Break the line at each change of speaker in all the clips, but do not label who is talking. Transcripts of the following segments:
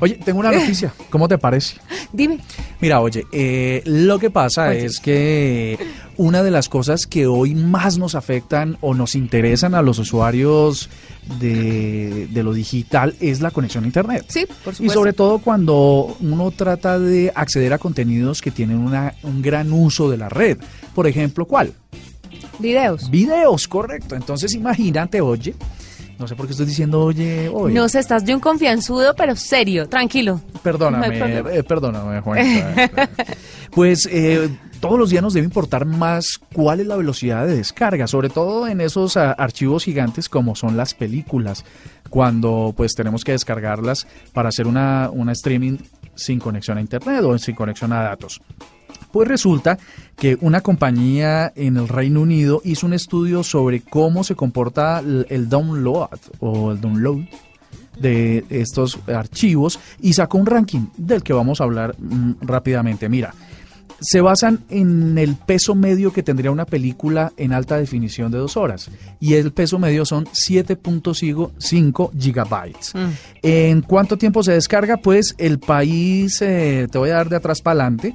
Oye, tengo una noticia. ¿Cómo te parece?
Dime.
Mira, oye, eh, lo que pasa es que una de las cosas que hoy más nos afectan o nos interesan a los usuarios de, de lo digital es la conexión a Internet.
Sí, por supuesto.
Y sobre todo cuando uno trata de acceder a contenidos que tienen una- un gran uso de la red. Por ejemplo, ¿cuál?
Videos.
Videos, correcto. Entonces imagínate, oye, no sé por qué estoy diciendo oye, oye.
No sé, estás de un confianzudo, pero serio, tranquilo. No hay
Perdóname,
problema.
eh, perdóname, Juanita. pues eh, todos los días nos debe importar más cuál es la velocidad de descarga, sobre todo en esos ah, archivos gigantes como son las películas, cuando pues tenemos que descargarlas para hacer una, una streaming sin conexión a internet o sin conexión a datos. Pues resulta que una compañía en el Reino Unido hizo un estudio sobre cómo se comporta el el download o el download de estos archivos y sacó un ranking del que vamos a hablar mm, rápidamente. Mira, se basan en el peso medio que tendría una película en alta definición de dos horas y el peso medio son 7.5 gigabytes. ¿En cuánto tiempo se descarga? Pues el país, eh, te voy a dar de atrás para adelante.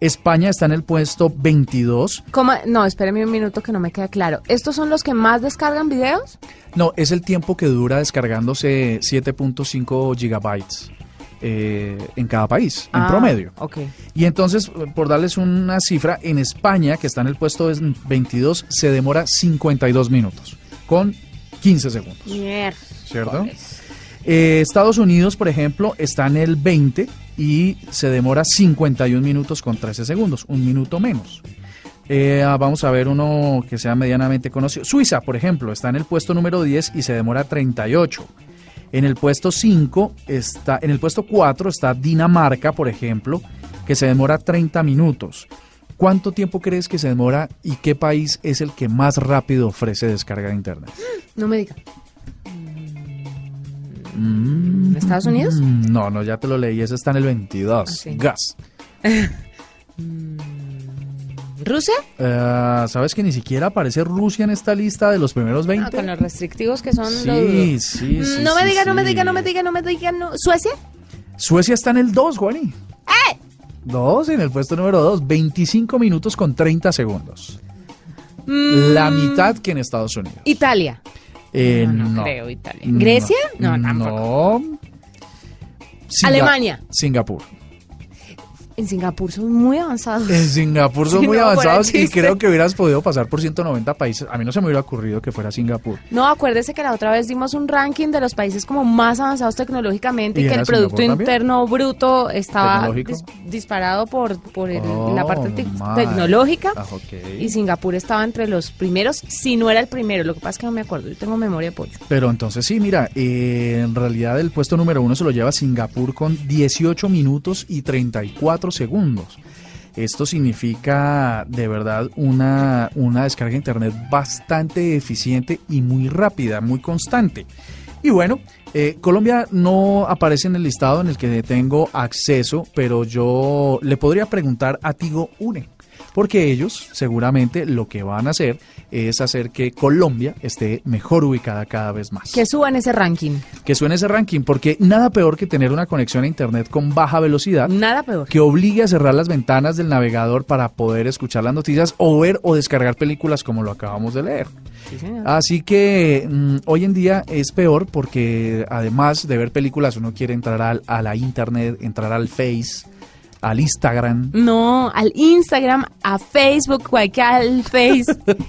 España está en el puesto 22,
Coma- no, espérame un minuto que no me queda claro. ¿Estos son los que más descargan videos?
No, es el tiempo que dura descargándose 7.5 gigabytes eh, en cada país, en
Ah,
promedio.
Ok.
Y entonces, por darles una cifra, en España, que está en el puesto es 22, se demora 52 minutos, con 15 segundos,
Mierda.
¿cierto? Eh, Estados Unidos, por ejemplo, está en el 20 y se demora 51 minutos con 13 segundos, un minuto menos. Eh, ah, vamos a ver uno que sea medianamente conocido. Suiza, por ejemplo, está en el puesto número 10 y se demora 38. En el puesto 5 está, en el puesto 4 está Dinamarca, por ejemplo, que se demora 30 minutos. ¿Cuánto tiempo crees que se demora y qué país es el que más rápido ofrece descarga de internet?
No me digas. ¿En Estados Unidos?
Mm, No, no, ya te lo leí, ese está en el 22.
Ah, sí.
Gas.
¿Rusia?
Eh, ¿Sabes que ni siquiera aparece Rusia en esta lista de los primeros 20?
Ah, con los restrictivos que son.
Sí,
lo dudo.
sí, sí,
No
sí,
me diga, no me
sí.
diga, no me diga, no me diga. No. ¿Suecia?
Suecia está en el 2, Juani.
¡Eh!
Dos, en el puesto número 2, 25 minutos con 30 segundos.
Mm.
La mitad que en Estados Unidos.
Italia.
Eh, no,
creo, Italia.
No.
¿Grecia? No, tampoco.
No. Singa-
Alemania.
Singapur.
En Singapur son muy avanzados.
En Eh, Singapur son
Sí,
muy
no, fuera
avanzados y
chiste.
creo que hubieras podido pasar por 190 países. A mí no se me hubiera ocurrido que fuera Singapur.
No, acuérdese que la otra vez dimos un ranking de los países como más avanzados tecnológicamente
¿Y
y que
era
el Producto
Singapur también?
Interno Bruto estaba
¿Tecnológico?
dis- disparado por, por el- la
Oh,
parte tec-
my.
tecnológica.
Ah, ok.
Y Singapur estaba entre los primeros, si no era el primero. Lo que pasa es que no me acuerdo, yo tengo memoria de pollo.
Pero entonces sí, mira, eh, en realidad el puesto número uno se lo lleva Singapur con 18 minutos y 34 segundos. Esto significa de verdad una, una descarga de internet bastante eficiente y muy rápida, muy constante. Y bueno, eh, Colombia no aparece en el listado en el que tengo acceso, pero yo le podría preguntar a Tigo Une. Porque ellos seguramente lo que van a hacer es hacer que Colombia esté mejor ubicada cada vez más.
Que suban ese ranking.
Que suene ese ranking, porque nada peor que tener una conexión a Internet con baja velocidad
Nada peor.
que obligue a cerrar las ventanas del navegador para poder escuchar las noticias o ver o descargar películas como lo acabamos de leer.
Sí, señor.
Así que mm, hoy en día es peor porque además de ver películas uno quiere entrar al- a la internet, entrar al Face, al Instagram.
No, al Instagram, a Facebook, cualquier al Face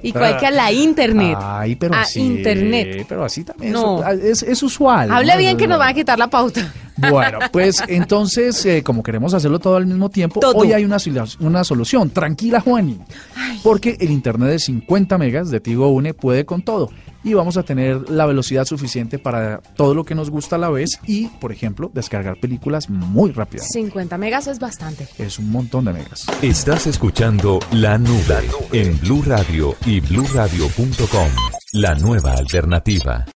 y cualquier a la Internet.
Ay, pero
a
sí,
Internet.
Pero así también
No.
es, es- es usual.
Hable
¿no?
bien que nos van a quitar la pauta.
Bueno, pues entonces, eh, como queremos hacerlo todo al mismo tiempo,
Todo.
hoy hay una, solu- una solución. Tranquila, Juani. Porque el internet de 50 megas de Tigo Une puede con todo. y vamos a tener la velocidad suficiente para todo lo que nos gusta a la vez y, por ejemplo, descargar películas muy rápido.
50 megas es bastante.
Es un montón de megas.
Estás escuchando La Nube en Blue Radio y BlueRadio.com, la nueva alternativa.